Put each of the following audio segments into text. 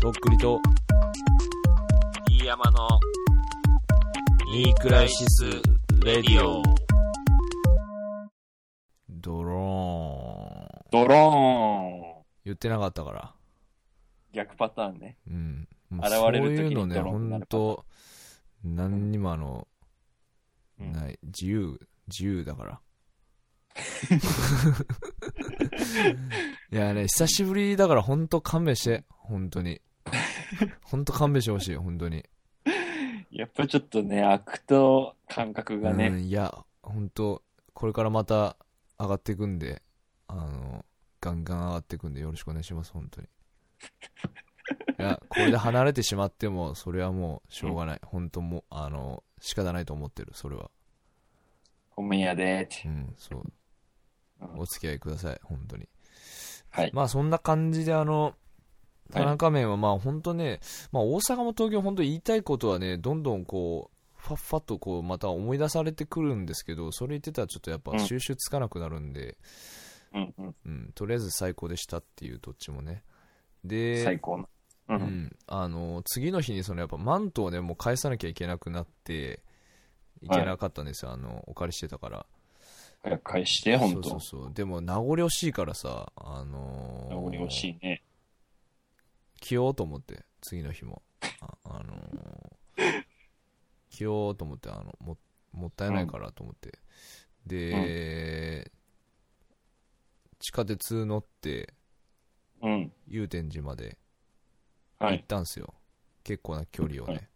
とっくりと、飯山のニークライシス・レディオ。ドローン。ドローン言ってなかったから。逆パターンね。うん。もう現れる時にそういうのね、ドローンにな本るパターン当何にもあの、うんない。自由、自由だ から。いやね、久しぶりだから本当勘弁して、本当に。本当勘弁してほしい、本当に。やっぱちょっとね、開くと感覚がうね、ん、いや、本当これからまた上がっていくんで、あの、ガンガン上がっていくんで、よろしくお願いします、本当に。いや、これで離れてしまっても、それはもう、しょうがない。本当もう、あの、仕方ないと思ってる、それは。ごめんやでーっうて。ん、そううん。お付き合いください、本当に。はい。まあ、そんな感じで、あの、は田い中面は、まあ、本当ね、まあ、大阪も東京、本当言いたいことはね、どんどんこう、ファッファッとこう、また思い出されてくるんですけど、それ言ってたらちょっとやっうぱん収集つかなくなるんで、うんうん。うん、とりあえず最高でしたっていうどっちもねで最高の。う。うんん、あの次の日にそのやっぱマントをねもう返さなきゃいけなくなっていけなかったんですよ、あのお借りしてたから早く返して、ほんそとう。そうそうでも名残惜しいからさあのー俺惜しいね。着ようと思って次の日もあ、あのー着ようと思ってあのももったいないからと思って、で、地下鉄乗ってうん。祐天寺までは行っい。たんすよ、結構な距離をね、はい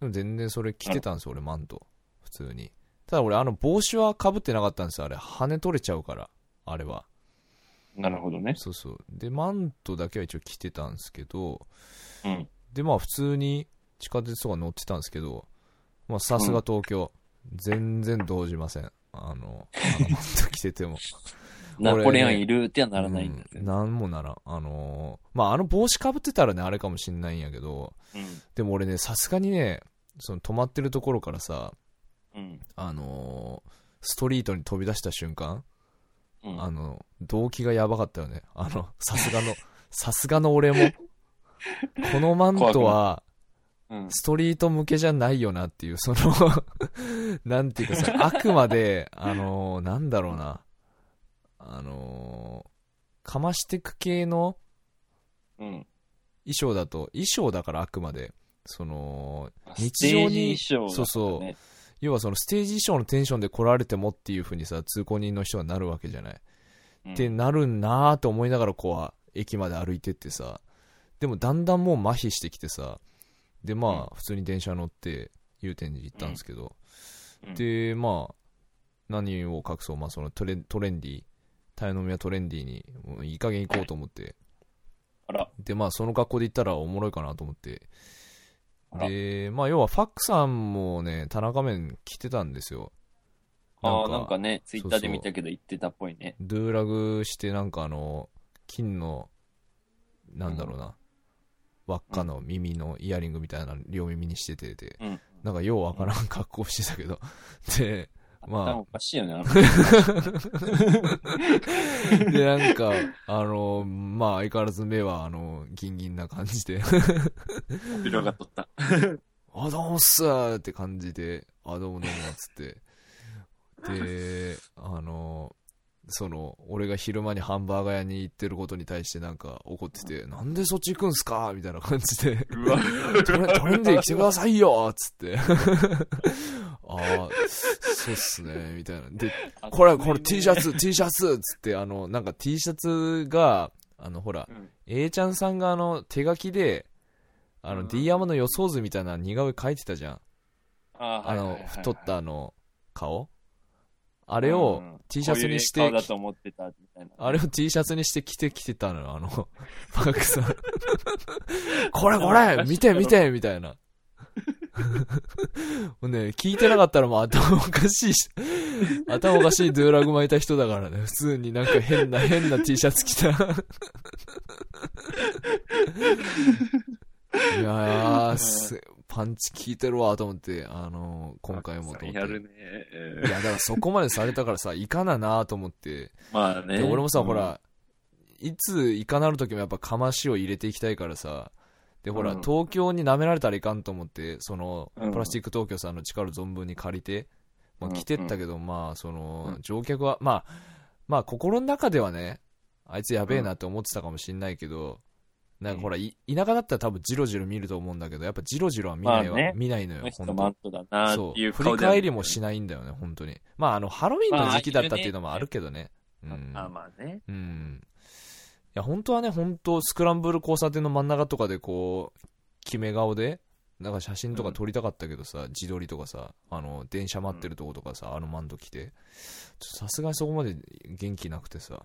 でも全然それ着てたんですよ俺マント普通にただ俺あの帽子はかぶってなかったんですよあれ羽取れちゃうからあれはなるほどね。そうそうでマントだけは一応着てたんですけどうん。でまあ普通に地下鉄とか乗ってたんですけどまあさすが東京、全然動じませんあのあのマント着ててもナポレオンいるっては ならないんだうよんね。なんもならんあのまああの帽子かぶってたらねあれかもしんないんやけど、うん。でも俺ね、さすがにね、その止まってるところからさ、うん。あのーストリートに飛び出した瞬間、うん。あの、動機がやばかったよね。あの、さすがの、さすがの俺も、このマントは、うん。ストリート向けじゃないよなっていう、その、 なんていうかさ、あくまで、あのーなんだろうな、あのーかましてく系のうん。衣装だと、衣装だからあくまで、その、日日常常にに。ステージ衣装だからねそうそう要はそのステージ衣装のテンションで来られてもっていう風にさ通行人の人がなるわけじゃない、うんってなるなーと思いながらこうは駅まで歩いてってさでもだんだんもう麻痺してきてさでまあ普通に電車乗って祐天寺行ったんですけど、うんでまあ何を隠そう、まあ、そのトレトレンディー鯛の宮トレンディーにもういい加減行こうと思ってあら、でまあその格好で行ったらおもろいかなと思ってあらでまあ要はファックさんもね田中面着てたんですよああ、なんかね、ツイッターそうそでう見たけど言ってたっぽいね。ドゥーラグしてなんかあの金のなんだろうな、輪っかの耳のイヤリングみたいなの両耳にしててでうん。なんかようわからん格好してたけどでまあ頭おかしい よね、あのでなんかあのまあ相変わらず目はあのギンギンな感じで 色が取った。あどうもっすーって感じであどうもどうもっつってであのその俺が昼間にハンバーガー屋に行ってることに対してなんか怒ってて、なんでそっち行くんすかみたいな感じでうわ。トレトレンディー来てくださいよつって。 ああ、そうっすね、みたいな。で、これ、これ T シャツ。ツ、T シャツつって、あの、なんか T シャツが、あの、ほら、うん A ちゃんさんがあの、手書きで、あうの、ん D 山の予想図みたいな似顔絵描いてたじゃん。あーあはいはいのはい、はい太ったあの、顔あれをうん T シャツにしてこういう顔だと思ってたみたいな。あれを T シャツにして着てきてたのよ、あの、 パック さん。これこれ見て見てみたい な。もうね、聞いてなかったらもう頭おかしいし、頭おかしいドゥーラグ巻いた人だからね、普通になんか変な、変な T シャツ着た。 いやー、すパンチ効いてるわと思って、あの今回もと思って。やるね。いや、だからそこまでされたからさ、いかななと思って。まあね。で俺もさ、ほらいついかなる時もやっぱかましを入れていきたいからさで、ほら、うん東京に舐められたらいかんと思って、その、うんプラスチック東京さんの力を存分に借りて、まあ、うん来てったけど、まあ、そのう、ん乗客は、まあ、まあ、心の中ではね、あいつやべえなって思ってたかもしんないけど、なんかほら、い田舎だったら多分ジロジロ見ると思うんだけど、やっぱジロジロは見ないわ、まあね見ないのこよの、人本マン当トだなそっう。ていう振り顔では返りもしないんだよね、本当に。まあ、あの、ハロウィンの時期だったっていうのもあるけどね。うんあ、まあね。うん。いや、本当はね、本当スクランブル交差点の真ん中とかでこう、決め顔で、なんか写真とか撮りたかったけどさ、自撮りとかさ、あの、電車待ってるとことかさ、あのマント着て、ちょっとさすがにそこまで元気なくてさ、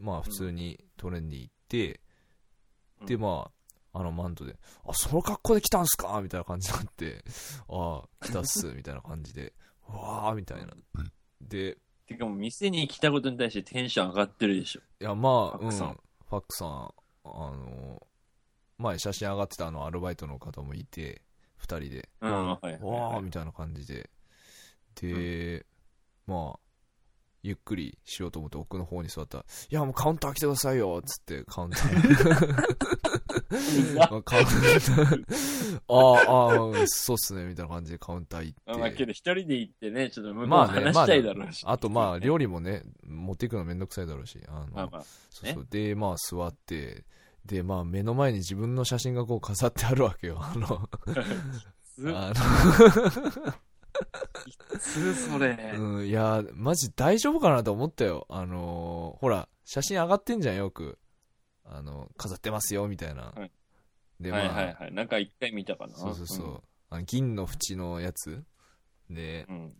まあ普通にトレンに行って、うんでまあ、あのマントで、あ、その格好で来たんすかみたいな感じになって、ああ、来たっす、みたいな感じで、うわー、みたいな。で、てかもう店に来たことに対してテンション上がってるでしょ。いや、まあ、ファックさんうん。ファックさん、あの、前写真上がってたあのアルバイトの方もいて、二人で、うん、はいはいはい。わーみたいな感じで。で、まあ、ゆっくりしようと思って奥の方に座ったら、いや、もうカウンター来てくださいよ、つってカウンター。カウンター。ああ、ああうん、そうっすね、みたいな感じでカウンター行あまあってけ。ど一人で行ってね、ちょっと向こうまあね話したいだろうし。あとまあ 両料理もね持っていくのめんどくさいだろうしあの、まあまあ、そうそう。で、まあ座って、で、まあ目の前に自分の写真がこう飾ってあるわけよ。 あの、す ごいあそれ。の、うん、いや、マジ大丈夫かなと思ったよ。あのーほら、写真上がってんじゃん、よく。あの、飾ってますよ、みたいな。はいで、まあ、はいはいはい。なんか一回見たかな。そうそうそう。あの銀の縁のやつ。で、うん。うん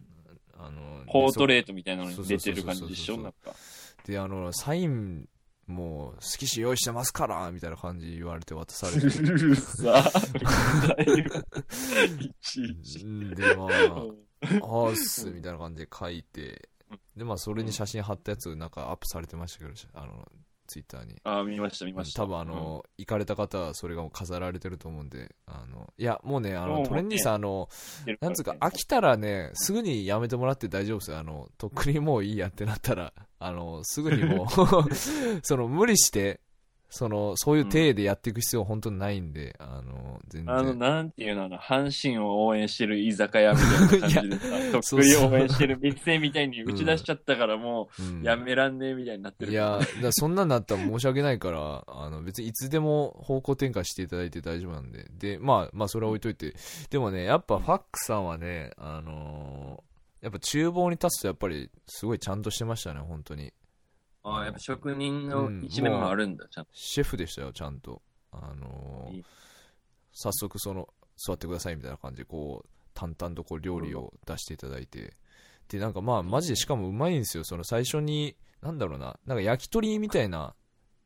あの、ポートレート。トみたいなのに出てる感じでしょそうなそんか。で、あの、サイン、もう、色紙用意してますから、みたいな感じ言われて渡されて。うるさ。 いちいちうんで、まあ、あーっす、みたいな感じで書いてうん、で、まあ、それに写真貼ったやつ、なんかアップされてましたけど、あの、ツイッターに。あ、見ました見ました。多分あの、行かれた方はそれがもう飾られてると思うんで、あの、いや、もうね、あもうの、ねトレンディさん、あの、うん、なんつうか、飽きたらね、すぐにやめてもらって大丈夫ですよ。あの、とっくにもういいやってなったら、あの、すぐに もう、その、無理して、その、そういう体でやっていく必要は本当にないんで、あの、全然。あの、なんていうの、あの、阪神を応援してる居酒屋みたいな感じでさ、と っくりを応援してる店みたいに打ち出しちゃったからもうんう、やめらんねえみたいになってる。いや、だからそんなんなったら申し訳ないから、あの、別にいつでも方向転換していただいて大丈夫なんで。で、まあ、まあ、それは置いといて。でもね、やっぱファックさんはね、あのーやっぱ厨房に立つとやっぱりすごいちゃんとしてましたね、本当に。あやっぱ職人の一面もあるんだ、ちゃんと。シェフでしたよ、ちゃんと。あのーいい早速その、座ってくださいみたいな感じで、こう、淡々とこう料理を出していただいて。で、なんかまあ、マジでしかもうまいんですよ。その最初に、なんだろうな、なんか焼き鳥みたいな、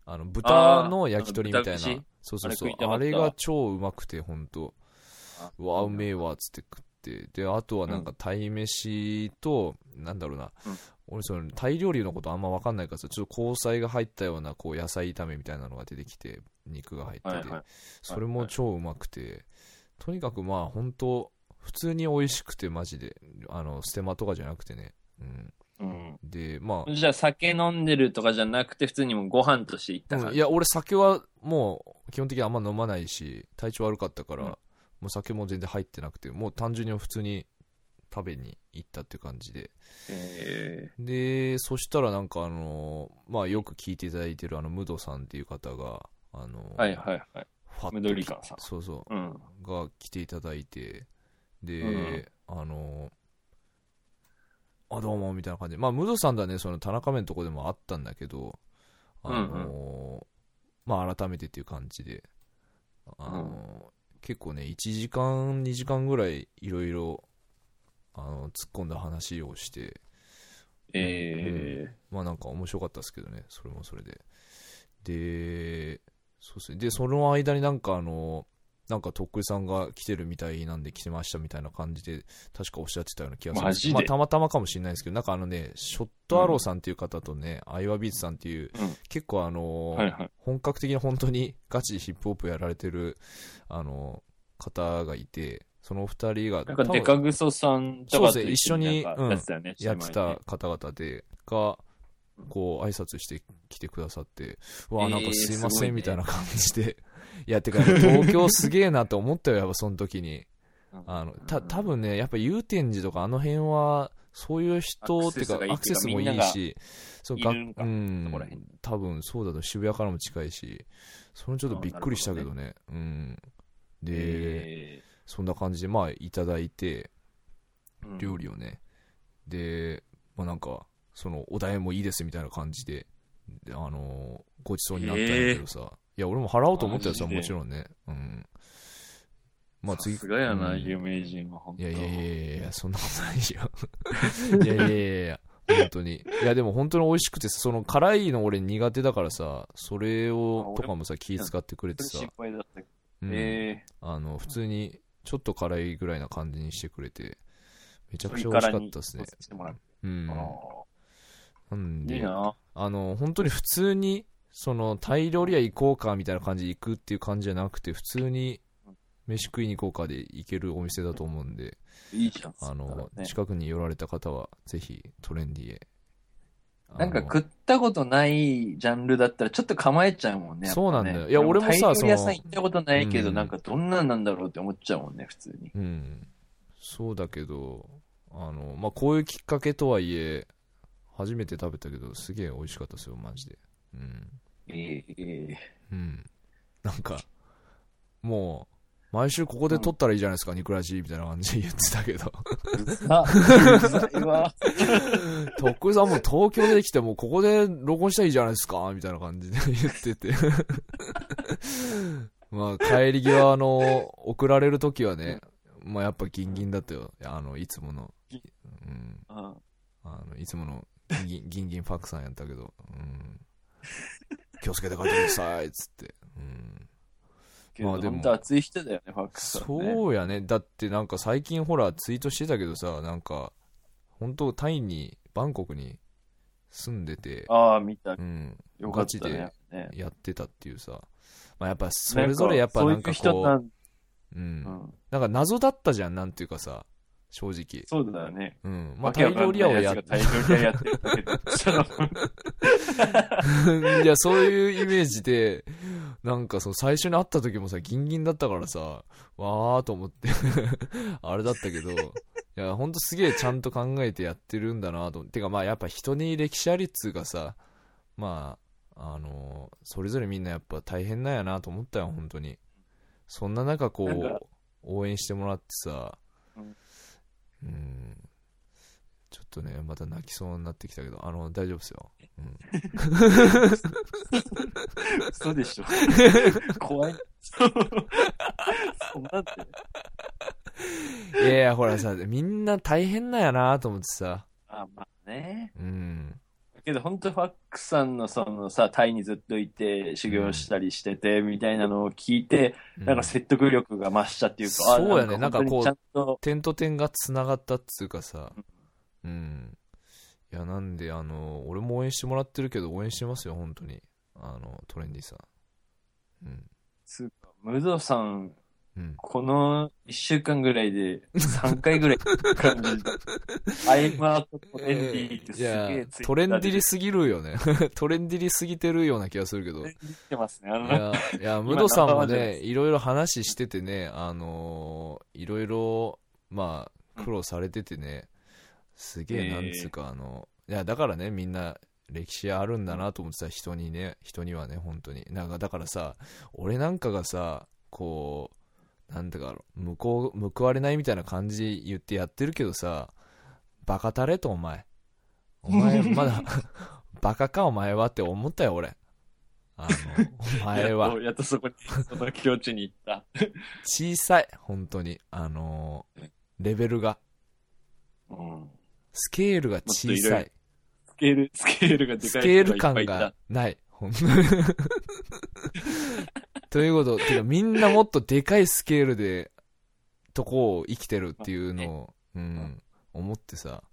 あの、豚の焼き鳥みたいあーあの豚な串。そうそうそうあれ食い。たかあったれが超うまくて、ほんと。あうわ、うめえわ、つって食って。で、あとはなんか鯛飯と、なんだろうなうん。俺、その、タイ料理のことあんまわかんないからさ、ちょっと香菜が入ったような、こう、野菜炒めみたいなのが出てきて、肉が入ってはいては。い。それも超うまくて、とにかくまあ本当普通に美味しくてマジで、あの、ステマとかじゃなくてね。うん。うん。で、まじゃあ酒飲んでるとかじゃなくて、普通にもうご飯として行ったあ、感じ。うんいや、俺酒はもう基本的にあんま飲まないし、体調悪かったから、うんもう酒も全然入ってなくて、もう単純に普通に食べに行ったって感じで。えで、そしたらなんかあの、まあよく聞いていただいてるあの、ムドさんっていう方が、あの、ーはいはいはい。ファッとムドリカンさんそうそう。うん。が来ていただいてで、うんあのあどうもみたいな感じでまあムドさんとはねその田中面のとこでもあったんだけどあの、まあ改めてっていう感じであの、結構ね1時間2時間ぐらいいろいろあの突っ込んだ話をしてえまあなんか面白かったですけどね、それもそれで。で、そうですね。で、その間になんかあの、なんかとっくりさんが来てるみたいなんで来てましたみたいな感じで、確かおっしゃってたような気がするんですけど。マジでまあたまたまかもしれないですけど、なんかあのね、ショットアローさんっていう方とね、アイワビーツさんっていう、うん結構あの、ーはいはい。本格的に本当にガチヒップホップやられてる、あの、方がいて、そのお二人が、なんか多デ分カグソさんとかとそうですね一緒にうんやってたよねやってた方々でがこう挨拶してきてくださって「わあなんかすいませえーすごんい」ねみたいな感じで、 いや、てか、東京すげえなと思ったよ、やっぱその時に。あの、た、多分分ね、やっぱ祐天寺とかあの辺は、そういう人アっていクセうスがいいっていか、アクセうかスもいみんいながし、そいるのうかそこらん辺、多分そうだと渋谷からも近いし、それちょっとびっくりしたけどね。うん。で、えそんな感じで、まあ、いただいて、ーうん料理をね。で、まあなんか、その、お題もいいですみたいな感じで、であのーごちそうになったんだけどさ。いや、俺も払おうと思ったよさ、マジでもちろんね。うん。まあ次。さすがやな、うん有名人は本い当やいやいやいやいや、そんなことないよ。 いやいやいやいや、本当に。いや、でも本当に美味しくてさ、その辛いの俺苦手だからさ、それあを俺もとかもさ、気使ってくれてさ心、配だったけど、うんえあの、普通にちょっと辛いぐらいな感じにしてくれて、めちゃくちゃ美味しかったですね。してもらっうん。たななんいいで、なあの、本当に普通に、その、タイ料理屋行こうかみたいな感じで行くっていう感じじゃなくて、普通に飯食いに行こうかで行けるお店だと思うんで、いいじゃん。あの、ね近くに寄られた方は、ぜひトレンディへ。なんかあの食ったことないジャンルだったらちょっと構えちゃうもんね。やっぱねそうなんだよいや俺もさタイ料理屋さんその行ったことないけど、うんなんかどんなんなんだろうって思っちゃうもんね、普通に。うん。そうだけど、あの、まあ、こういうきっかけとはいえ、初めて食べたけど、すげえ美味しかったですよ、マジで。うん。えええうん。なんか、もう、毎週ここで撮ったらいいじゃないですか、ニクラジみたいな感じで言ってたけど。 えうざうざいわ。徳井さんもう東京で来てもうここで録音したらいいじゃないですかみたいな感じで言って てまあ帰り際あの送られる時はね、まあ、やっぱギンギンだったよあのいつもの、うん、うんあのいつものギンギンギンギンファクさんやったけど、うん、気をつけて帰ってくださいっつって、うん、けどまあでも本当熱い人だよね、ファックスはね。そうやねだってなんか最近ほらツイートしてたけどさなんか本当タイにバンコクに住んでてああ、見たう。ん、よかったね。ねやってたっていうさ、まあ、やっぱそれぞれやっぱなんかそういう人こなうんうんうんなんか謎だったじゃんなんていうかさ正直そうだよね。うんまあわタけわイか料んな理い屋をややつが大量にやってるだけどその いやそういうイメージでなんかその最初に会った時もさギンギンだったからさわーと思って あれだったけどいやほんとすげえちゃんと考えてやってるんだなと思っててかまあやっぱ人に歴史ありっつうかさまああのそれぞれみんなやっぱ大変なんやなと思ったよ本当にそんな中こなんかう応援してもらってさうんうんちょっとねまた泣きそうになってきたけどあの大丈夫です よ、うん嘘でしょ。 怖い。そんなって。いやいや、ほらさ、みんな大変なんやなと思ってさ。あまあね。うん。けど本当ファックさんのそのさ、タイにずっといて修行したりしててみたいなのを聞いて、なんか説得力が増したっていうか、あそうやね本当にちゃんと、点と点がつながったっつうかさ。うん。いや、なんで、あの、俺も応援してもらってるけど、応援してますよ、本当に。あの、トレンディさん。うん。つうかムドさん、うん。この1週間ぐらいで3回ぐらい感じた。アイマーとトレンディーってすいげやえツイッターでトレンディリすぎるよね。 トレンディリすぎてるような気がするけど。言ってますね。あのいや、いや、ムドさんもナンバーワンじゃないね、でいろいろ話しててね、あのーいろいろ、まあ、苦労されててね、すげええ、えなんつうか、あの、いや、だからね、みんな、歴史あるんだなと思ってた人にね、人にはね、本当に。なんか、だからさ、俺なんかがさ、こう、なんていうか、向こう、報われないみたいな感じで言ってやってるけどさ、バカたれと、お前。お前、ま だ、バカか、お前はって思ったよ、俺。あの、お前はやっ。とやっとそこに、その境地に行った。小さい本当にあのーレベルがうんスケールが小さいスケ ール、スケールがでかスいケー人ル感いっぱいいがた。ない本当にということてかみんなもっとでかいスケールでとこを生きてるっていうのを、うん、思ってさ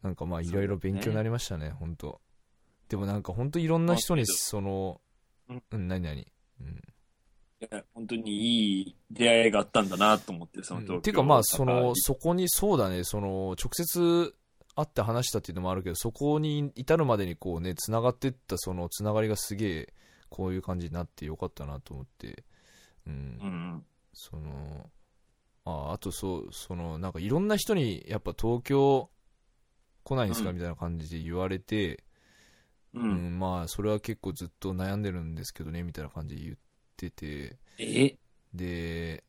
なんかまあいろいろ勉強になりましたね本当でもなんか本当いろんな人にまあそのうんうん何々うんいや本当にいい出会いがあったんだなと思って、そのうん東京ていうかまあそ大の阪そこにそうだねその直接会って話したっていうのもあるけどそこに至るまでにこうねつながってったそのつながりがすげえこういう感じになってよかったなと思って、うんう、ん。そのああとそうそのなんかいろんな人にやっぱ東京来ないんですか、うんみたいな感じで言われて、ううんん。まあそれは結構ずっと悩んでるんですけどねみたいな感じで言っててえで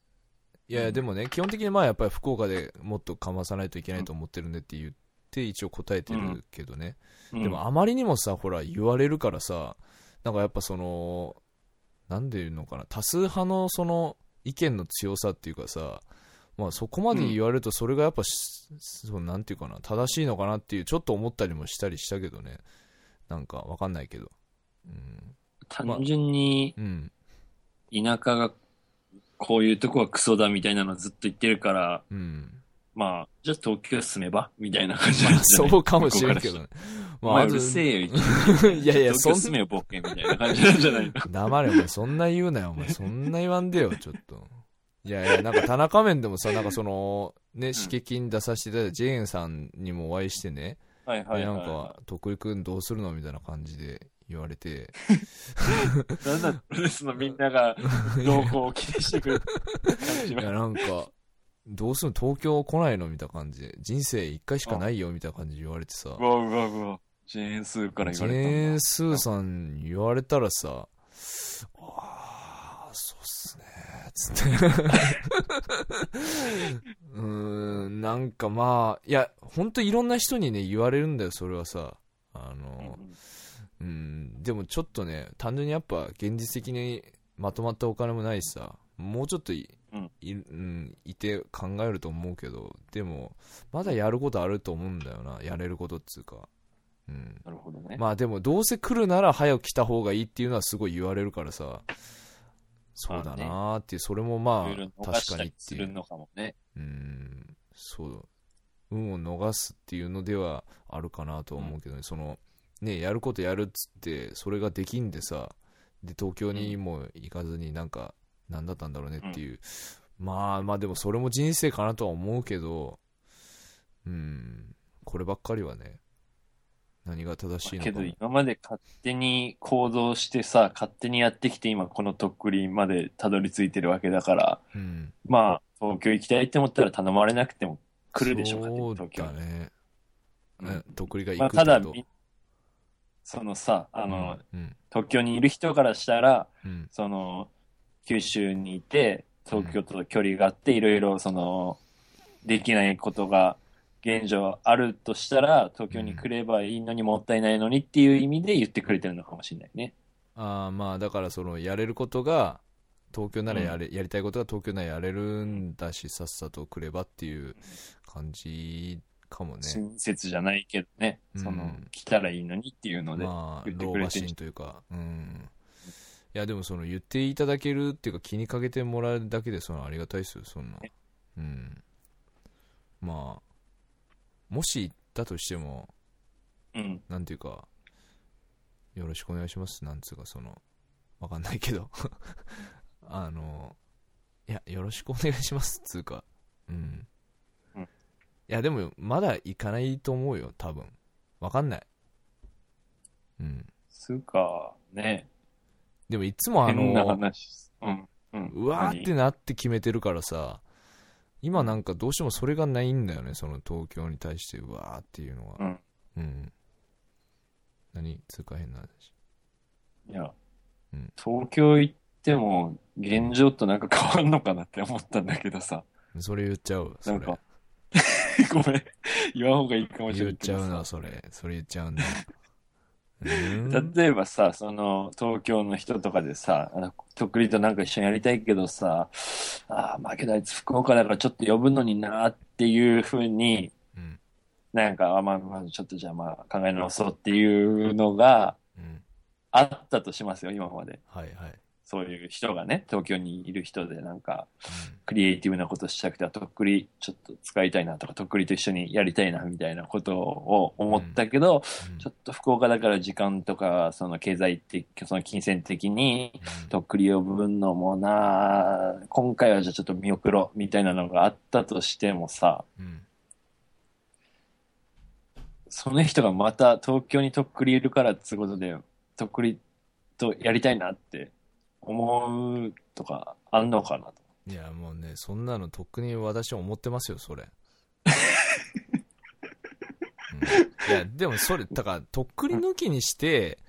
いやでもね基本的にまあやっぱり福岡でもっとかまさないといけないと思ってるんでって言って一応答えてるけどね、でもあまりにもさほら言われるからさなんかやっぱそのなんで言うのかな多数派のその意見の強さっていうかさまあそこまで言われるとそれがやっぱし、そうなんていうかな正しいのかなっていうちょっと思ったりもしたりしたけどねなんかわかんないけどうん、単純にうん、田舎がこういうとこはクソだみたいなのずっと言ってるから、うん、まあ、じゃあ東京住めばみたいな感じなんまあですよ、ね。そうかもしれんけどねまあ、あうとるせえよ、 いやいやそん東京住めよ、ボケみたいな感じなんじゃないの黙れお前そんな言うなよお 前そんな言わんでよちょっといやいやなんか田中面でもさなんかそのね刺激に出させていただいたジェーンさんにもお会いしてね、はいはいではいなんはか徳井君どうするのみたいな感じで言われてい。なんだ、プロレスのみんなが動向を気にしてくれる感じいはやなんかどうするの東京来ないのみたいな感じで人生一回しかないよみたいな感じで言われてさうわうわうわ。ジェーンスーから言ジわれたんだ。ェーン・スーさんに言われたらさ、ああ、そうっすね、つって。 うーん、なんかまあ、いや、ほんといろんな人にね、言われるんだよ、それはさ。あの、うん、でもちょっとね、単純にやっぱ現実的にまとまったお金もないしさ、もうちょっとい、うんいうんいて考えると思うけど、でも、まだやることあると思うんだよな、やれることっつうか。うん。なるほどね。まあでもどうせ来るなら早く来た方がいいっていうのはすごい言われるからさそうだなーっていうそれもまいろいろあ逃確しかたにっりてすいるうのかもね。うんそう運を逃すっていうのではあるかなとは思うけどね、そのねやることやるっつってそれができんでさで東京にも行かずになんか何だったんだろうねっていう、まあまあでもそれも人生かなとは思うけどうんこればっかりはね何が正しいのかけもど今まで勝手に行動してさ、勝手にやってきて今このとっくりまでたどり着いてるわけだから、うんまあ東京行きたいって思ったら頼まれなくても来るでしょ、勝手そうに東京だに。ね。うんえ独立がま行あくけたど、だ、みそのさ、あの、うん、東京にいる人からしたら、うん、その、九州にいて、東京と距離があって、いろいろその、できないことが現状あるとしたら、東京に来ればいいのにもったいないのにっていう意味で言ってくれてるのかもしれないね。ああまあだからそのやれることが東京ならやれ、やりたいことが東京ならやれるんだしさっさと来ればっていう感じかもね親切じゃないけどね、そうのん、来たらいいのにっていうので。まあ言って老くれ婆てる心というかうんいやでもその言っていただけるっていうか気にかけてもらえるだけでそのありがたいですよそんなうんまあもし行ったとしてもうん。なんていうか、よろしくお願いします、なんつうか、その、わかんないけど、 あの、いや、よろしくお願いします、つうか、うん。うんいや、でも、まだ行かないと思うよ、多分。わかんない。うん。つうか、ね、でも、いつもあ変なの、話。うん。うん。うわーって何なって決めてるからさ、今なんかどうしてもそれがないんだよね、その東京に対して、うわーっていうのは。うん。うん。何つうか変な話。いや、うん東京行っても、現状となんか変わんのかなって思ったんだけどさ。それ言っちゃうそなんれか、 ごめん。言わん方がいいかもし言れなっいけちどゃさうなそれそれ言っちゃ うんだうーん例えばさ、その、東京の人とかでさ、あの、とっくりとなんか一緒にやりたいけどさ、ああ、まあけどあいつ福岡だからちょっと呼ぶのになーっていうふうに、うんなんか、あまあまあ、ちょっとじゃあまあ考え直そうっていうのがうんあったとしますよ、今まで。はいはいそういう人がね、東京にいる人でなんか、クリエイティブなことしたくて、とっくりちょっと使いたいなとか、とっくりと一緒にやりたいなみたいなことを思ったけど、うんちょっと福岡だから時間とか、その経済的、その金銭的に、うんとっくり呼ぶのもな、今回はじゃあちょっと見送ろうみたいなのがあったとしてもさ、うんその人がまた東京にとっくりいるからってことで、とっくりとやりたいなって思うとかあんのかなと。いやもうねそんなのとっくに私思ってますよそ れ、うんいやでもそれだからとっくに抜きにして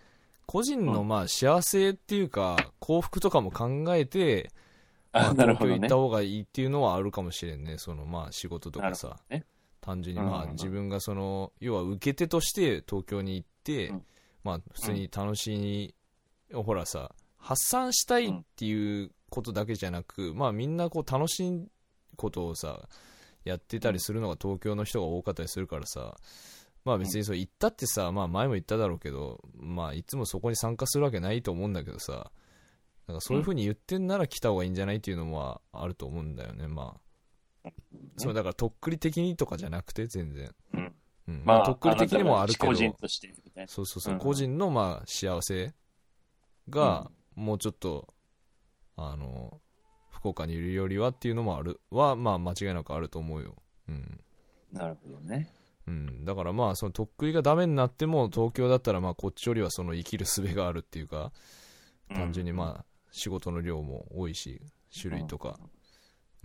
個人のまあ幸せっていうか幸福とかも考えて、まあ、あ、なる東京行ほどっねた。方がいいっていうのはあるかもしれんねそのまあ仕事とかさ、なるほどね単純にうんまうんあうん自分がその要は受け手として東京に行って、うんまあ普通に楽しい、ほらさ発散したいっていうことだけじゃなく、まあみんなこう楽しいことをさやってたりするのが東京の人が多かったりするからさまあ別にそう行ったってさ、まあ前も言っただろうけどまあいつもそこに参加するわけないと思うんだけどさなんかそういうふうに言ってんなら来た方がいいんじゃないっていうのもあると思うんだよねまあそうだからとっくり的にとかじゃなくて全然うんうんまあ、とっくり的にもあるけど個人としてみたいな。そうそうそう、うん個人のまあ幸せがもうちょっと、あの福岡にいるよりはっていうのもあるはまあ間違いなくあると思うようん、なるほどね。うん、だからまあそのとっくりがダメになっても東京だったらまあこっちよりはその生きる術があるっていうか単純にまあ仕事の量も多いし種類とか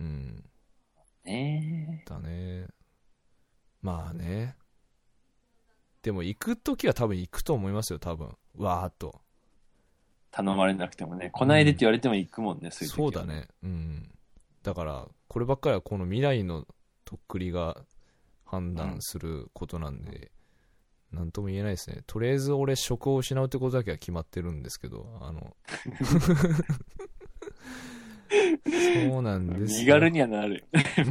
うんあ。ねだねまあねでも行く時は多分行くと思いますよ多分わーっと頼まれなくてもね、来ないでって言われても行くもんね、そういう時そはうだ。ねうんだからこればっかりはこの未来のとっくりが判断することなんで、なんとも言えないですねとりあえず俺職を失うってことだけは決まってるんですけどあのそうなんです身よ軽にはなるよ。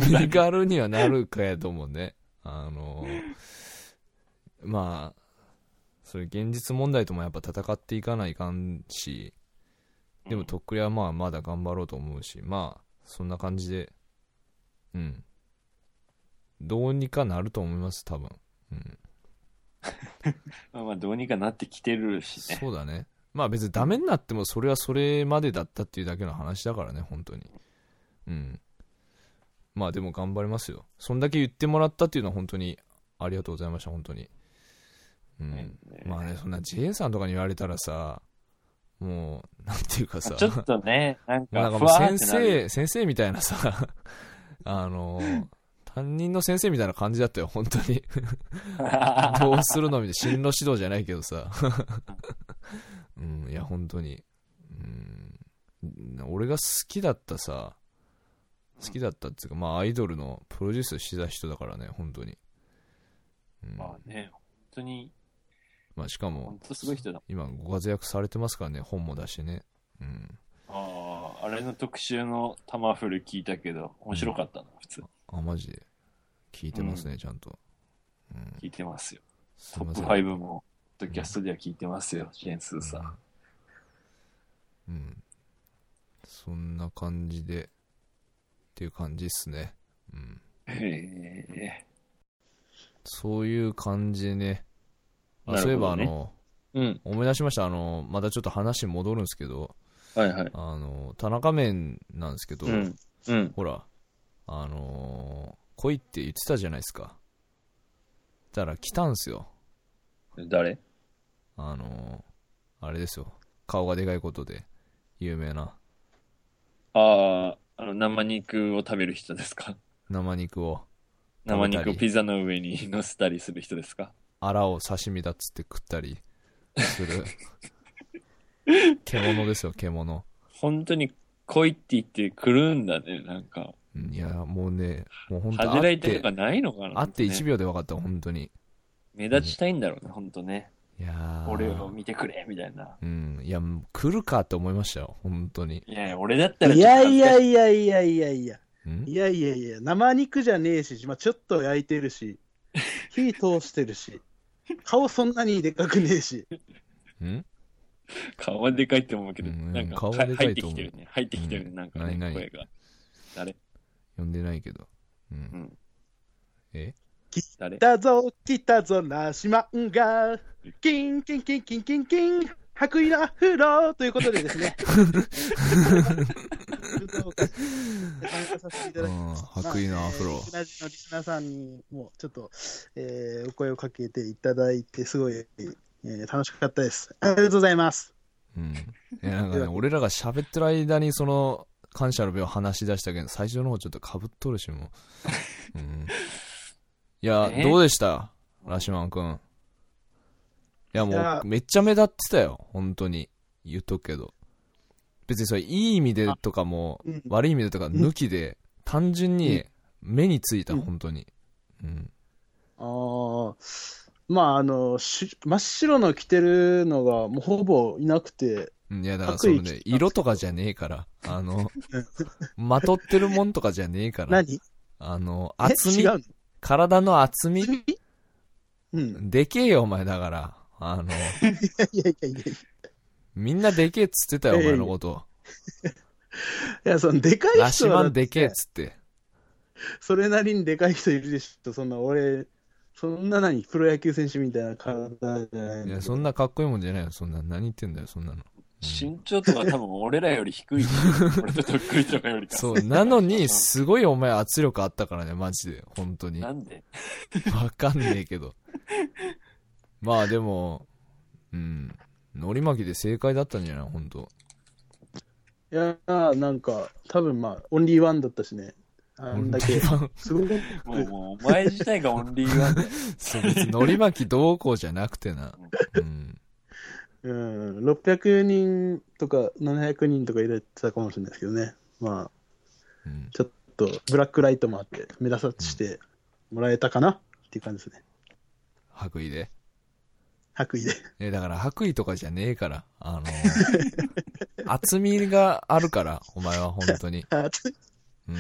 身軽にはなるかやと思うね。あの、まあ、そういう現実問題ともやっぱ戦っていかないかんし、でもとっくりはまあまだ頑張ろうと思うし、まあ、そんな感じで、うん。どうにかなると思います、多分。うん。まあまあ、どうにかなってきてるしね。そうだね。まあ別にダメになってもそれはそれまでだったっていうだけの話だからね、本当に。うん。まあでも頑張りますよ。そんだけ言ってもらったっていうのは本当にありがとうございました、本当に。うん。ねまあね、そんな J さんとかに言われたらさ、もう、なんていうかさ、ちょっとね、なんなんかもか、ふうわー先ってな生、る。先生みたいなさ、 あの、担任の先生みたいな感じだったよ、本当 に。どうするのみたいな進路指導じゃないけどさ うんいや本当にうん俺が好きだったさ好きだったっていうかまあアイドルのプロデュースしてた人だからね本当に、うんまあね、本当に、まあ、しかも本当すごい人だ。今ご活躍されてますからね本も出してねうんああ、あれの特集の玉振る聞いたけど、面白かったな、普通。あマジで聞いてますね、ちゃんと、うん、聞いてますよ。すトいッまプせん5も、ポッドキャストでは聞いてますよ、ジェンスーさん。うん、うん、そんな感じでっていう感じっすねうんへえ。そういう感じでね。あなるほどねそういえば、あの、うん。思い出しました。あの、またちょっと話戻るんですけど、はいはい。あの、田中面なんですけど、うん。うん。ほら、あのー来いって言ってたじゃないですか。だから来たんすよ。誰あのーあれですよ。顔がでかいことで、有名なああ、あの、生肉を食べる人ですか生肉を、生肉を食べたりピザの上に乗せたりする人ですかアラを刺身だっつって食ったりす る。獣ですよ、獣。本当に来いって言って来るんだね、なんか。うんいや、もうね、もう本当恥じらいたいとかないのかなあって1ね秒で分かった、本当に。目立ちたいんだろうね、本当ね。いやー俺を見てくれ、みたいな。うん、いや、来るかって思いましたよ、本当に。いやいや、俺だったらいやいやいいやいやいやいや。んいやいやいや、生肉じゃねえし、まあ、ちょっと焼いてるし、火通してるし、顔そんなにでかくねえし、んや。顔はでかいって思うけど、うんなんか顔はでか入っいてとき思うてるね。入ってきてるね、なんかないなね、い声が。誰呼んでないけど。うん。うんえ誰来たぞ、来たぞ、なしまんが、キンキンキンキンキンキン、白衣のアフロということでで すね。うん白衣のアフロまあえークラジのリスナーさんにもちょっと、えーお声をかけていただいて、すごい、えー楽しかったです。ありがとうございます。う うん。いや、なんかね、俺らが喋ってる間に、その、感謝の弁を話し出したけど、最初の方ちょっとかぶっとるし、もう。 うん。いや、えどうでしたラシマン君。いや、もいやう、めっちゃ目立ってたよ、本当に。言っとくけど。別にそれ、いい意味でとかも、うん悪い意味でとか抜きで、単純に、目についた、うん本当に。うん。あーまああのし真っ白の着てるのがもうほぼいなくてうんいや、だからそ白の衣着てたねんです、けど色とかじゃねえから、あ の、まとってるもんとかじゃねえから、何あの、え厚み違、う体の厚みの、 うん、でけえよ、お前だから。あの、いやいやいやいやいみんなでけえっつってたよ、おいやいや前のこと。やそのでかい人はラシマだっンてでけえっつって。それなりにでかい人いるでしょそんな俺そんな何プロ野球選手みたいな体じゃないいや、そんなかっこいいもんじゃないよ、そんな。何言ってんだよ、そんなの。うん身長とか多分俺らよ り低い。俺ととっくりとかよりか。そう、なのに、 すごいお前圧力あったからね、マジで。本当に。なわんでかんねえけど。まあでも、うん。のり巻きで正解だったんじゃない本当いやなんか多分まあオンリーワンだったしねあんだけ本当にすごいもう、もう、お前自体がオンリーワンだよ。そう、別にのり巻きどうこうじゃなくてな。うん。うん、600人とか700人とか入れてたかもしれないですけどね、まあ、うん。ちょっとブラックライトもあって、目立たしてもらえたかなっていう感じですね、白衣で。白衣で。 え、だから白衣とかじゃねえから、あの 厚みがあるから、お前は本当に。あちょうん。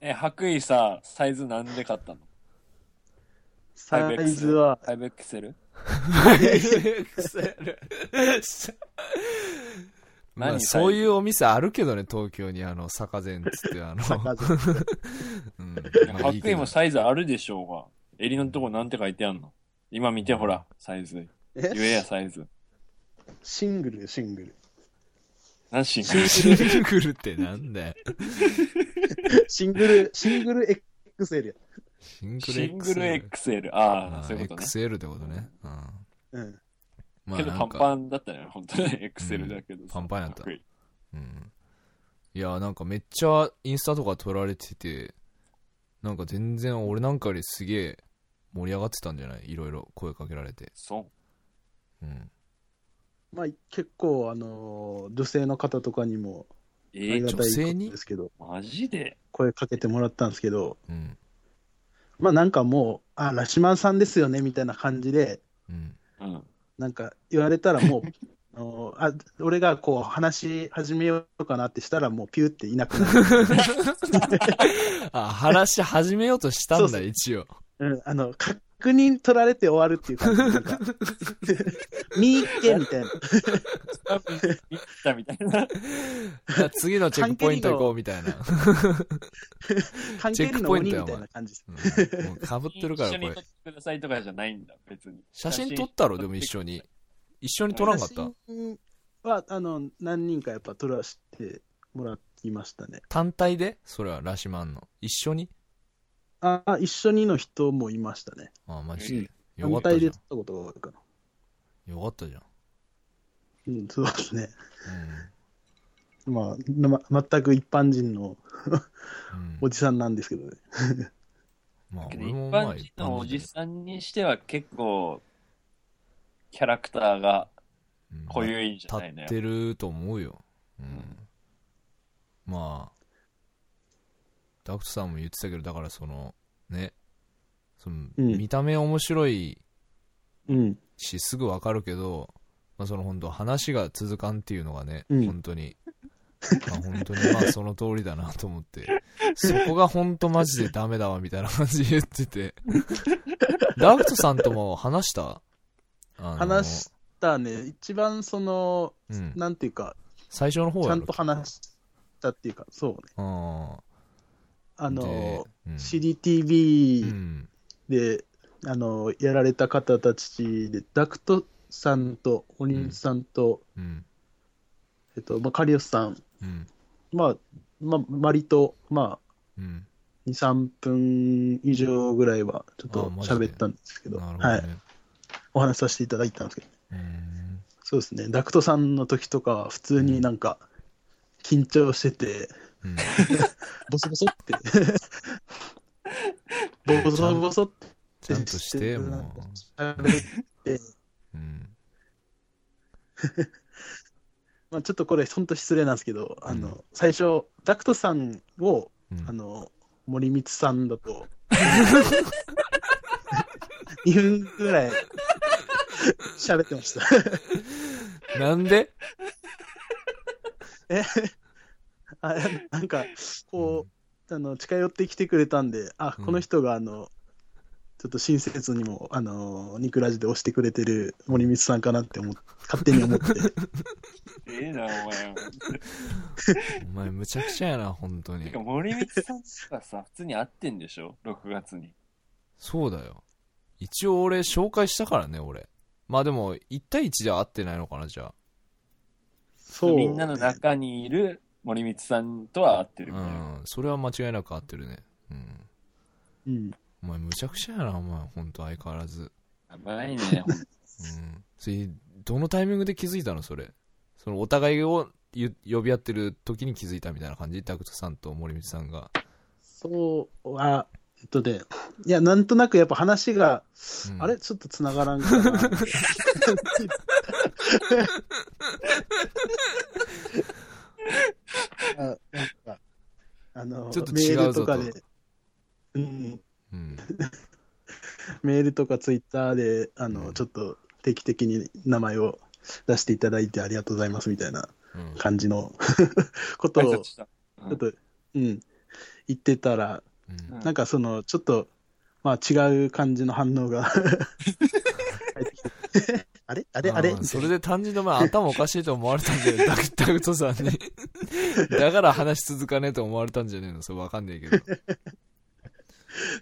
え、白衣さ、サイズなんで買ったのサイズは、 5XL? まあ、何そういうお店あるけどね、東京に、あの、坂膳っつって、あの、坂膳うん。まあ白いいけ衣どもサイズあるでしょうが。襟のとこなんて書いてあんの今見てほら、サイズ。え言えや、サイズ。シングル、シングル。何しんシングルってなんだよ。シングル、シングル XL や。シングル XL。シングル XL。うんああ、そういうことね。 XL ってことね。うん。うん、まけどパンン。パンだったね、本当に。XL だけどさ。パンパンやった白衣うん。いや、なんかめっちゃインスタとか撮られてて、なんか全然俺なんかよりすげえ盛り上がってたんじゃないいろいろ声かけられて。そうう。ん。まあ、結構、あのー女性の方とかにも、えありー、がちょ、た女いこ性とにですけど、マジで声かけてもらったんですけど、うん。まあ、なんかもう、あ、ラシマンさんですよね、みたいな感じで、うん。うん。なんか言われたらも うあのあ俺がこう話し始めようかなってしたらもうピューっていなくな る、あ、話し始めようとしたそんうだ、そう一応。うん、あの確認取られて終わるっていう感じなん か見っけみたいな見たみたいな。あ次のチェックポイント行こうみたいな。関係の鬼みたいな感じですうんもうかぶってるから、一こ緒にれ撮っ。てくださいとかじゃないんだ、別に。写真撮ったろ、でも一緒に。一緒に撮らんかった写。真はあの何人かやっぱ撮らせてもらいましたね単体でそれは、ラシマンの。一緒にあ一緒にの人もいましたねあ、マジで。よか反った対じゃ。で撮ったことが多いかなんよかったじゃん。うんそうですねうまあま全く一般人のん。うんおじさんなんですけどねまあ、一俺もまあ般人のおじさんにしては結構、キャラクターがうん濃ゆいんじゃ立ないのっよ。てると思うよ。うんん。まあ、ダクトさんも言ってたけど、だからその、ね、そのうん見た目面白いうんし、すぐわかるけど、まあその本当話が続かんっていうのがね、うん本当に、まあ本当にまあその通りだなと思って、そこが本当マジでダメだわみたいな感じで言って て、ダクトさんとも話したあの話したね、一番その、うんなんていうか、最初の方ちやゃろんと話したっていうか、そうね、ああの、うん、う CDTV ん、で、あの、やられた方たちで、ダクトさんと、オリンさんと、うん、えっと、まあ、カリオスさん、うん、まあ、まあ、割と、まうん、あ、2、3分以上ぐらいは、ちょっとあマジで喋ったんですけど、なるほどはい、ね。お話しさせていただいたんですけど、うーんそうですね。ダクトさんの時とかは普通になんか緊張してて、 うん、ボソボソって。ボソボソって。ちゃんとして、も喋ってう。うん。まあちょっとこれ本当失礼なんですけど、あうの、最初、ダクトさんを、うんあの、森光さんだと、2分ぐらい喋ってました。なんであ なんか、こう、あの、近寄ってきてくれたんで、あ、うんこの人が、あの、ちょっと親切にも、あの、ニクラジで押してくれてる森光さんかなって思っ勝手に 思って、ええな、お前。お前むちゃくちゃやな、本当てにか、。森光さんとかさ、普通に会ってんでしょ ?6 月に。そうだよ。一応俺紹介したからね、俺。まあでも、1対1では合ってないのかな、じゃあ。そう。みんなの中にいる森光さんとは会ってるうみたいな。ん。それは間違いなく合ってるね。うん。うん。お前むちゃくちゃやな、お前。本当相変わらず。やばいね、ほんとうん。それ、どのタイミングで気づいたの、それ。その、お互いをゆ呼び合ってる時に気づいたみたいな感じタクトさんと森道さんが。そうは、えっとで、いや、なんとなくやっぱ話が、うんあれちょっと繋がらんか な って。あなんかあのちょっとメ違ーうぞルととかで、うん、うん。メールとかツイッターで、あの、うんちょっと定期的に名前を出していただいてありがとうございますみたいなうん。感じの こと挨 を、拶ちしたょっと、うん、言ってたら、うんなんかその、ちょっと、まあ違う感じの反 応が返ってきて。 あれあれあれうんそれで単純にお前頭おかしいと思われたんじゃねえダクダクトさん に。だから話し続かねえと思われたんじゃねえのそれわかんねえけど。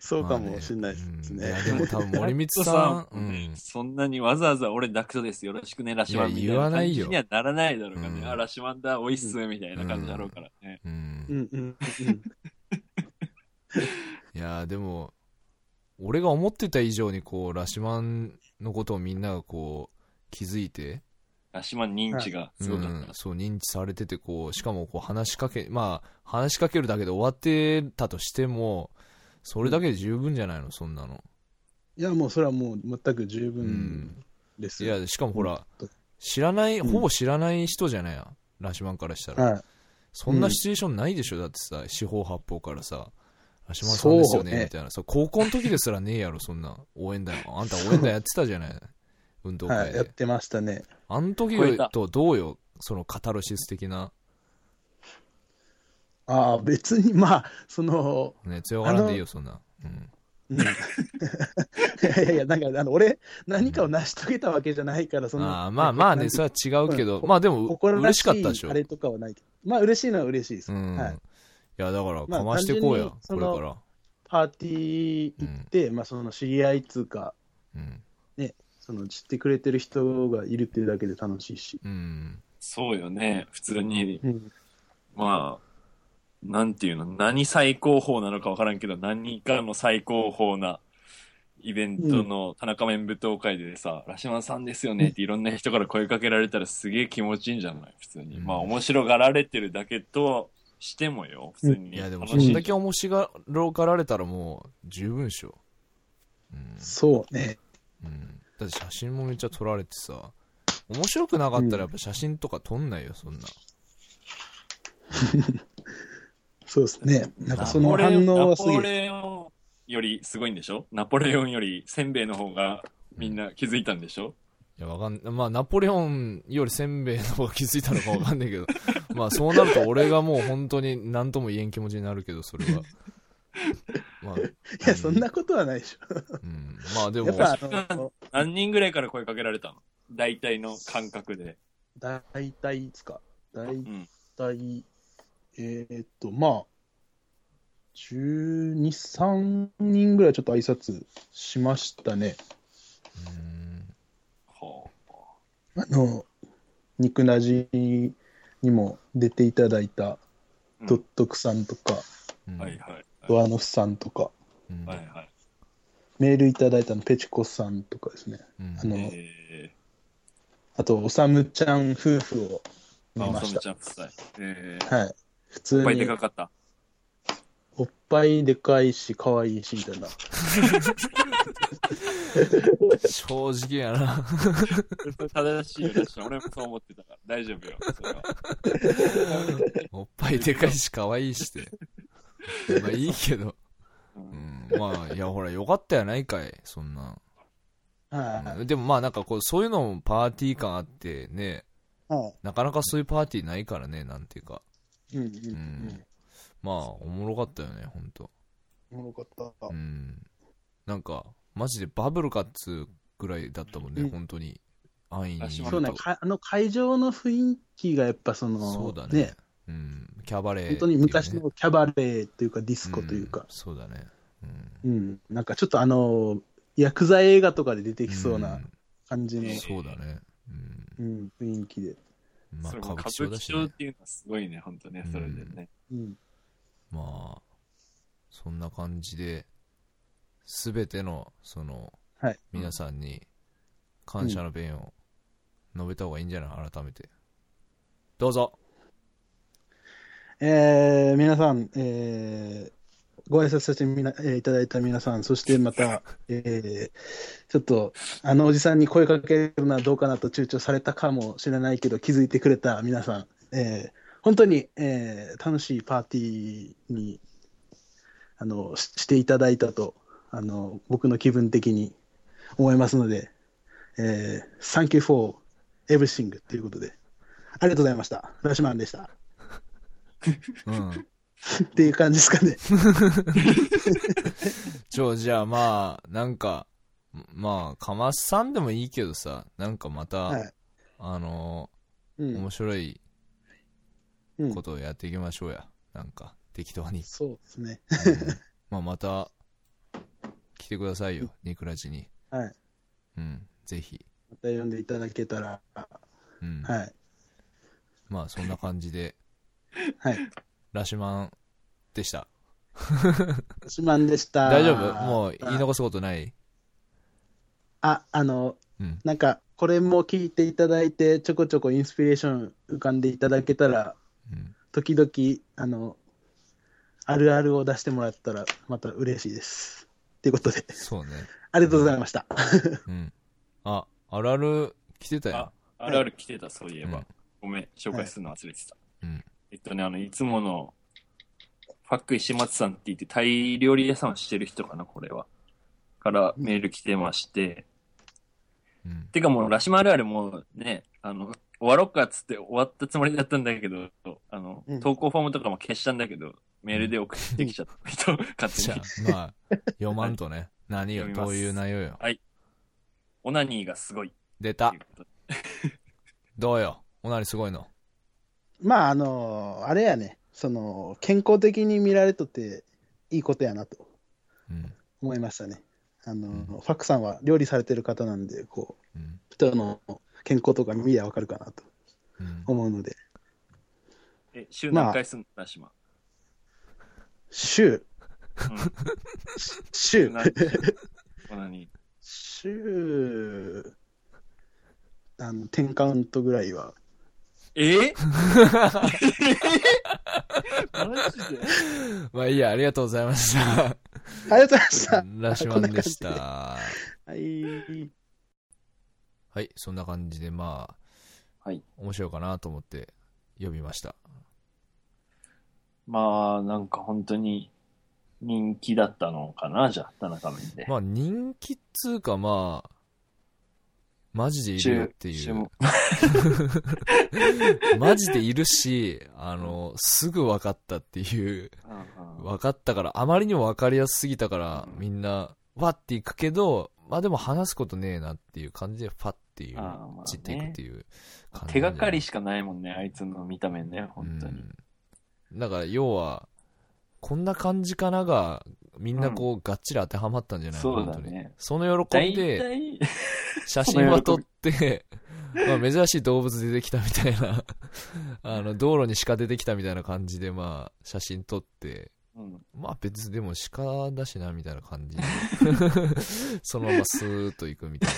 そうかもしれないですまねあ。ねうんいやでも多 分森光ダクさトん、うん。そんなにわざわざ俺ダクトです。よろしくね、ラシマンみたいいな。や言わないよにはならないだろうからね。うんあ、ラシマンだ、おいっす、みたいな感じだろうからね。うんうんうんうん。いやーでも俺が思ってた以上にこうラシマンのことをみんながこう気づいて、ラシマン認知がすごかった。うんそう認知されててこうしかもこう話しかけまあ話しかけるだけで終わってたとしてもそれだけで十分じゃないのそんなの、いや、もうそれはもう全く十う分ですいよ。やしかもほらうん知らないうんほぼ知らない人じゃないや、ラシマンからしたら、はい。そんなシチュエーションないでしょだってさ四方八方からさラシマンさんですよねそうねみたいなそう高校の時ですらねえやろそんな応援団あんた応援団やってたじゃない運動は会い、で、やってましたね。あの時超えたとどうよそのカタルシス的な、ああ、別に、まあ、その、ね、強がらんでいいよそんな、うん、うんいやいやいや、なんか、あの、俺、何かを成し遂げたわけじゃないから、その、あーまあまあねなんそかれは違うけど、うんまあでも心ら嬉ししいかったでしょあれとかはないけど。まあ、嬉しいのは嬉しいです。うん、はいい、やだからまあかましてこうや、単純にこそのれからパーティー行って、まあ、その知り合いっつうか、うん、その知ってくれてる人がいるっていうだけで楽しいし。うん、そうよね。普通に、うん、まあ、なんていうの、何最高峰なのかわからんけど、何かの最高峰なイベントの田中面舞踏会でさ、ラシマンさんですよねっていろんな人から声かけられたらすげえ気持ちいいんじゃない普通に。うんまあ面白がられてるだけとしてもよ、普通に。いやでもそ楽んしだい。け面白がられたらもう十分でしょ、うんそうね。うん、だって写真もめっちゃ撮られてさ面白くなかったらやっぱ写真とか撮んないよそんな、そうですね。なんかナそのポレ反オン応ナはすげポえ。レオンよりすごいんでしょナポレオンよりせんべいの方がみんな気づいたんでしょいや、わかんまあ、ナポレオンよりせんべいの方が気づいたのかわかんないけど、 まあ、そうなると俺がもう本当に何とも言えん気持ちになるけど、それは。まあ、いや、そんなことはないでしうん。まあ、でょ。も、やっぱ、あの、何人ぐらいから声かけられたの大体の感覚で。大体いつか。う大ん。体、えーっと、まあ、12、3人ぐらいちょっと挨拶しましたね。うんほう。あの、肉なじにも出ていただいたうんドットクさんとか、うんはいはい。ドアノフさんとか、うんはいはい。メールいただいたのペチコさんとかですね。うんあの、えあと、おさむちゃん夫婦をあ、見おまさしむた。ちゃん夫妻。ええはい。普いっぱ通いでにかかった。 おっぱいでかいし、可愛いし、みたいな。正直や な。正しいよ、確かに俺もそう思ってたから。大丈夫よ。それはおっぱいでかいし、可愛いしって。まあいいけど。ううんん、まあ、いや、ほら、よかったやないかい、そんなん。はうんでもまあ、なんかこう、そういうのもパーティー感あってね、い。はなかなかそういうパーティーないからね、なんていうか。い。うんううんんまあ、おもろかったよね、ほんと。うん。おもろかったう。ん。なんか、マジでバブルかっつうぐらいだったもんね、うん本当に。安易に言あうそうね、と。かあの会場の雰囲気がやっぱその、そうだね。うん。キャバレー、本当に昔のキャバレーというか、ディスコといううんか、そうだね。うん。うん、なんかちょっとあの、ヤクザ映画とかで出てきそうなん感じの、そうだね。うん。うん、雰囲気で。まあ、それ歌も舞歌伎町舞伎だし町っね。ていうのはすごいね、本当ね、それでね。うん、まあ、そんな感じで、すべての、その、はい皆さんに感謝の弁を述べた方がいいんじゃない改めて。どうぞえー、皆さん、えー、ご挨拶させてみな、えーいただいた皆さん、そしてまた、えー、ちょっと、あのおじさんに声かけるのはどうかなと躊躇されたかもしれないけど、気づいてくれた皆さん、えー、本当に、えー、楽しいパーティーに、あの、ししていただいたと、あの、僕の気分的に思いますので、えー、Thank you for everything ということで、ありがとうございました。ラシマンでした。 うん。っていう感じですかね。ちょ、じゃあまあ、なんか、まあ、かまさんでもいいけどさ、なんかまた、はい。あのうー、面ん。白いうん。ことをやっていきましょうや。なんか、適当に そうですね。うんまあ、また、来てくださいよ、ニクラジに。はい。うん、ぜひ。また読んでいただけたら、うん。はい。まあ、そんな感じで、はい。ラシマンでした。すまんでした。大丈夫もう、言い残すことないあ、あの、うん。なんか、これも聞いていただいて、ちょこちょこインスピレーション浮かんでいただけたら、うん。時々、あの、あるあるを出してもらったら、また嬉しいです。ということで、 そうね。ありがとうございました。うん。あ、あるある来てたよあ。、あるある来てた、そういえうんば。ごめん、紹介するの忘れてたうん。えっとね、あの、いつもの、ファック石松さんって言って、タイ料理屋さんをしてる人かな、これは。からメール来てまして。うん。てかもう、ラシマあるあるもうね、あの、終わろっかっつって終わったつもりだったんだけど、あの、うん投稿フォームとかも消したんだけど、メールで送ってきちゃった人、勝じ手ゃあ、に。まあ、読まんとね。何よ、読みまどすういう内容よ。オナニーがすごいって出いたう。こと。どうよ。おなりすごいの。まあ、あの、あれやね、その、健康的に見られとって、いいことやなと。うん。思いましたね。あの、うんファクさんは料理されてる方なんで、こう、うん。人の健康とか見りゃわかるかなとうん、思うので、え、週何回すんの、ラシマ。週、うん週、何オナニー。週、あの、10カウントぐらいは、 ええマジで まあいいや、ありがとうございま した。ありがとうございました。ラシマンでした。はい。はい、そんな感じで、まあ、はい面白いかなと思って呼びました。まあ、なんか本当に人気だったのかな、じゃあ、田中面で。まあ人気っつうか、まあ、マジでいるよってい注う目。 マジでいるし、あの、すぐ分かったっていう。うんうん分かったから、あまりにも分かりやすすぎたから、みんな、わっていくけど、まあでも話すことねえなっていう感じで、ファっていうあーまあね、散っていくっていう感じ手なんじゃない。がかりしかないもんね、あいつの見た目ね、本当に。うん、だから要はこんな感じかながみんなこう、がっちり当てはまったんじゃないそう本だ当にね。その喜大びで体、写真は撮ってまあ珍しい動物出てきたみたいな あの道路に鹿出てきたみたいな感じでまあ写真撮ってうんまあ別にでも鹿 だしなみたいな感じでそのままスーッと行くみたい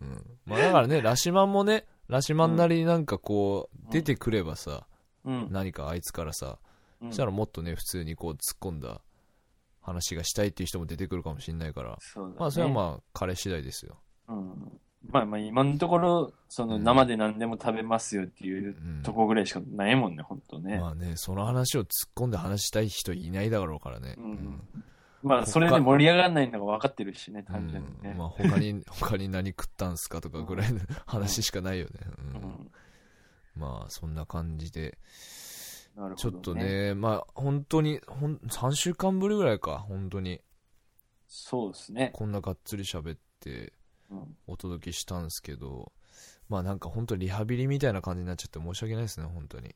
な、うん、まあだからね、ラシマンもね、ラシマンなりになんかこう、出てくればさ、うん。何かあいつからさ、うんしたらもっとね、普通にこう突っ込んだ話がしたいっていう人も出てくるかもしれないから、そうだねまあそれはまあ彼次第ですよ。うんまあまあ今のところ、その生で何でも食べますよっていううん。とこぐらいしかないもんね、本当ね。まあね、その話を突っ込んで話したい人いないだろうからね。ううんん。まあそれで盛り上がらないのが分かってるしね、う単純にねん。まあ他に、 他に何食ったんすかとかぐらいの話しかないよね。ううんんまあそんな感じで、なるちょほどっと。ね、まあ本当に、ほん3週間ぶりぐらいか、本当に、そうですね。こんながっつり喋ってうんお届けしたんですけど、まあなんか本当リハビリみたいな感じになっちゃって申し訳ないですね、本当 に。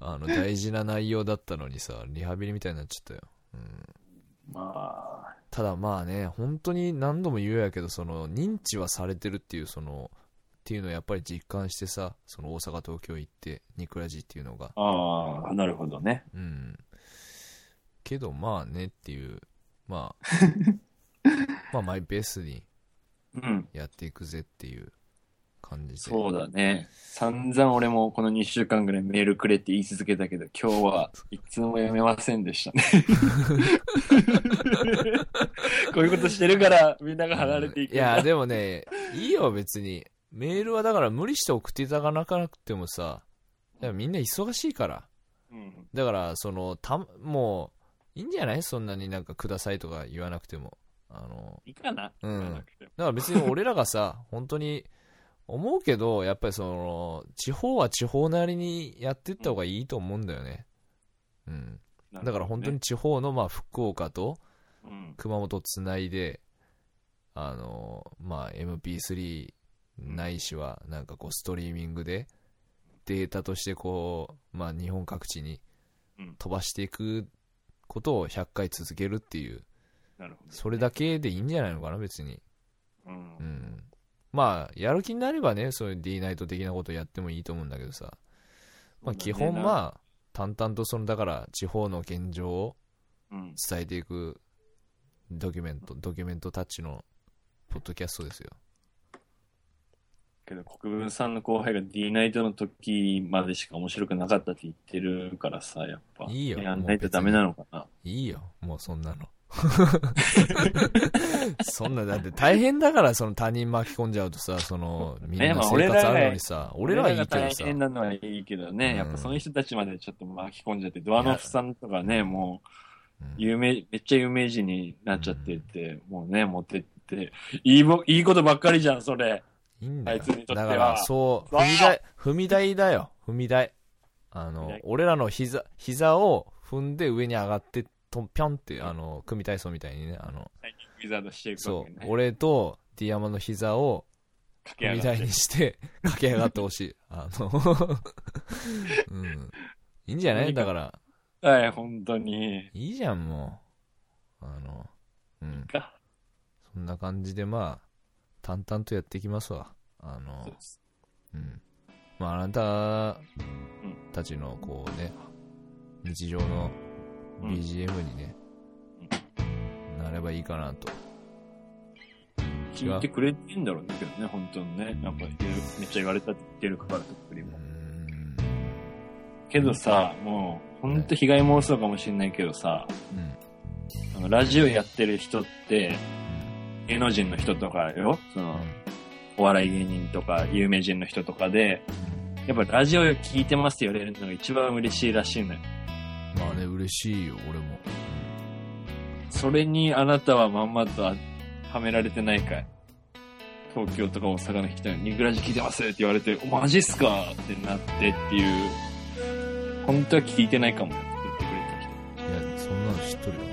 あの大事な内容だったのにさ、リハビリみたいになっちゃったよ。うんまあ、ただまあね本当に何度も言うやけどその認知はされてるっていうそのっていうのをやっぱり実感してさその大阪東京行ってニクラジっていうのがああ、なるほどね。うんけどまあねっていうまあ まあマイペースにうん。やっていくぜっていう感じでそうだね。散々俺もこの2週間ぐらいメールくれって言い続けたけど、今日はいつもやめませんでしたね。こういうことしてるから、みんなが離れていくいんだ。やでもねいいよ別にメールはだから無理して送っていただかなくてもさいやみんな忙しいからうんだからそのたもういいんじゃないそんなになんかくださいとか言わなくてもあのいいかな。うん言わなくてもだから別に俺らがさ 本当に思うけどやっぱりその地方は地方なりにやってった方がいいと思うんだよねうんだから本当に、地方のまあ福岡とうん熊本つないであのまあ MP3 ないしはなんかこうストリーミングでデータとしてこうまあ日本各地にうん飛ばしていくことを100回続けるっていうなるほどねそれだけでいいんじゃないのかな別にうんうんまあやる気になればねそういう D ナイト的なことやってもいいと思うんだけどさまあ基本まあ淡々とそのだから地方の現状をうん伝えていくドキュメントドキュメントタッチのポッドキャストですよけど国分さんの後輩が D ナイトの時までしか面白くなかったって言ってるからさやっぱいいよやんないとダメなのかないいよもうそんなの そんなだって大変だからその他人巻き込んじゃうとさそのみんな生活あるのにさ俺らはいいけど大さ変なのはいいけどね、うんやっぱその人たちまでちょっと巻き込んじゃってドアノフさんとかねもうんう有名めっちゃ有名人になっちゃってて、もうね持ってっていいぼいいことばっかりじゃんそれいいんだよあいつにと。ってだはから、そう、わあ踏み台、踏み台だよ、踏み台。あ踏みの台、俺らの膝、膝を踏んで上に上がって、とんぴょんって、あの、組体操みたいにね、あの、最近ウィザードしていくわそけうね、俺とディアマの膝を駆け踏上み台がってに して、駆け上がってほしい。あの、うん。いいんじゃないだから、はい本当にいいじゃん、もう。あの、うん。かそんな感じで、まあ、淡々とやっていきますわ。あの、そうですうん、まああなたたちのこうね日常のうん BGM にね、なればいいかなと聞いてくれてんだろうねけどね、本当にね。やっぱ、めっちゃ言われたって言ってるから、とっくりうーも。んけどさ、もう、ほんと被害妄想かもしんないけどさ、うんあの、ラジオやってる人って、芸能人の人とかよ、その、お笑い芸人とか、有名人の人とかで、やっぱラジオ聞いてますって言われるのが一番嬉しいらしいのよ。まあね嬉しいよ俺もそれにあなたはまんまとはめられてないかい東京とか大阪の人に、ニグラジ聞いてますって言われて、おマジっすかってなってっていう、本当は聞いてないかもよって言ってくれた人。いやそんなの知っとるよ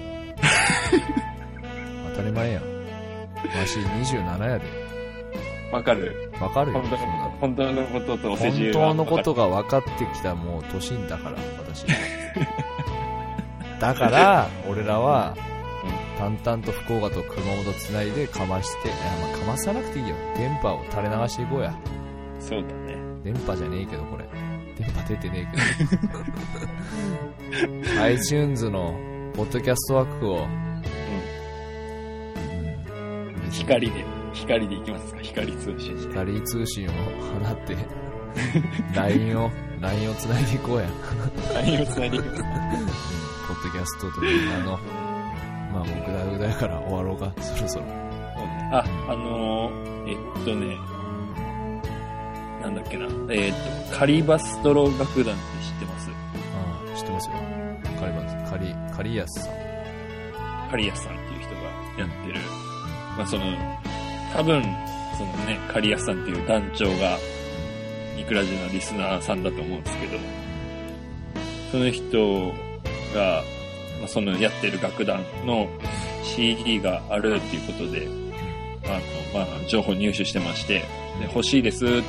当たり前やんわし27やでわかるわかるよ本当のそんなこの、と本当のこととお世本辞は当のことが分かってきたもう年だから私だから俺らは淡々と福岡と熊本つないでかましていやまあかまさなくていいよ電波を垂れ流していこうやそうだね。電波じゃねえけどこれ電波出てねえけど iTunes のポッドキャスト枠を、うん光で。光で行きますか光通信して。ラリー通信を放って LINE を LINE をつないでいこうや何を繋いでいきますかポッドキャストというあのまあもうぐだぐだやから終わろうかそろそろあ、あのー、えっとね、なんだっけな。えっと、カリバストロ楽団って知ってますああ知ってますよカリバカリカリヤスさんカリアスさんっていう人がやってる。まあその、多分、そのね、カリアスさんっていう団長が、いくらじのリスナーさんだと思うんですけど、その人が、まあ、そのやってる楽団の CD があるっていうことで、あの、まあ、情報入手してまして、で欲しいですって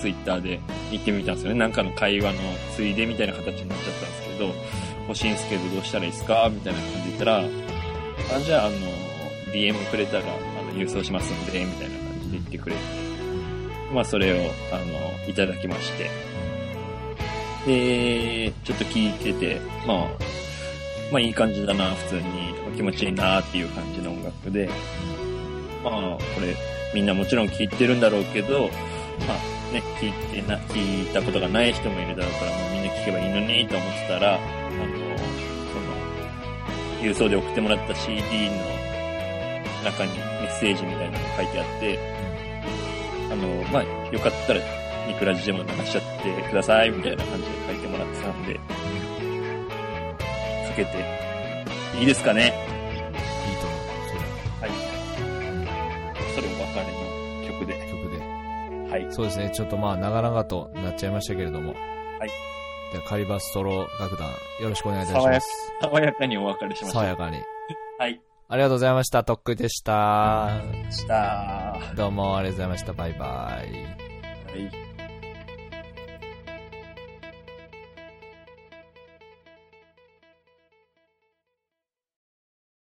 ツイッターで言ってみたんですよね。なんかの会話のついでみたいな形になっちゃったんですけど、欲しいんですけどどうしたらいいですかみたいな感じで言ったら、あじゃあ、あの、DM くれたら、あの、郵送しますんで、みたいな感じで言ってくれて、まあ、それを、あの、いただきまして、で、ちょっと聞いてて、まあ、まあ、いい感じだな、普通に、気持ちいいな、っていう感じの音楽で、まあ、これ、みんなもちろん聞いてるんだろうけど、まあ、ね、聞いてな、聞いたことがない人もいるだろうから、まあ、みんな聞けばいいのに、と思ってたら、あの、その、郵送で送ってもらった CD の中にメッセージみたいなのが書いてあって、あの、まあ、よかったら、いくらジでも流しちゃってください、みたいな感じで書いてもらってたんで、かけて、いいですかねいいと思うはい。それお別れの曲で。その曲ではい。そうですね、ちょっとまあ、長々となっちゃいましたけれども。はい。では、カリバストロ楽団、よろしくお願いいたし爽まやす。爽やかにお別れしました。爽やかに。はい。ありがとうございました。とっくりでした。した。はどうもありがとうございました。バイバイ。い。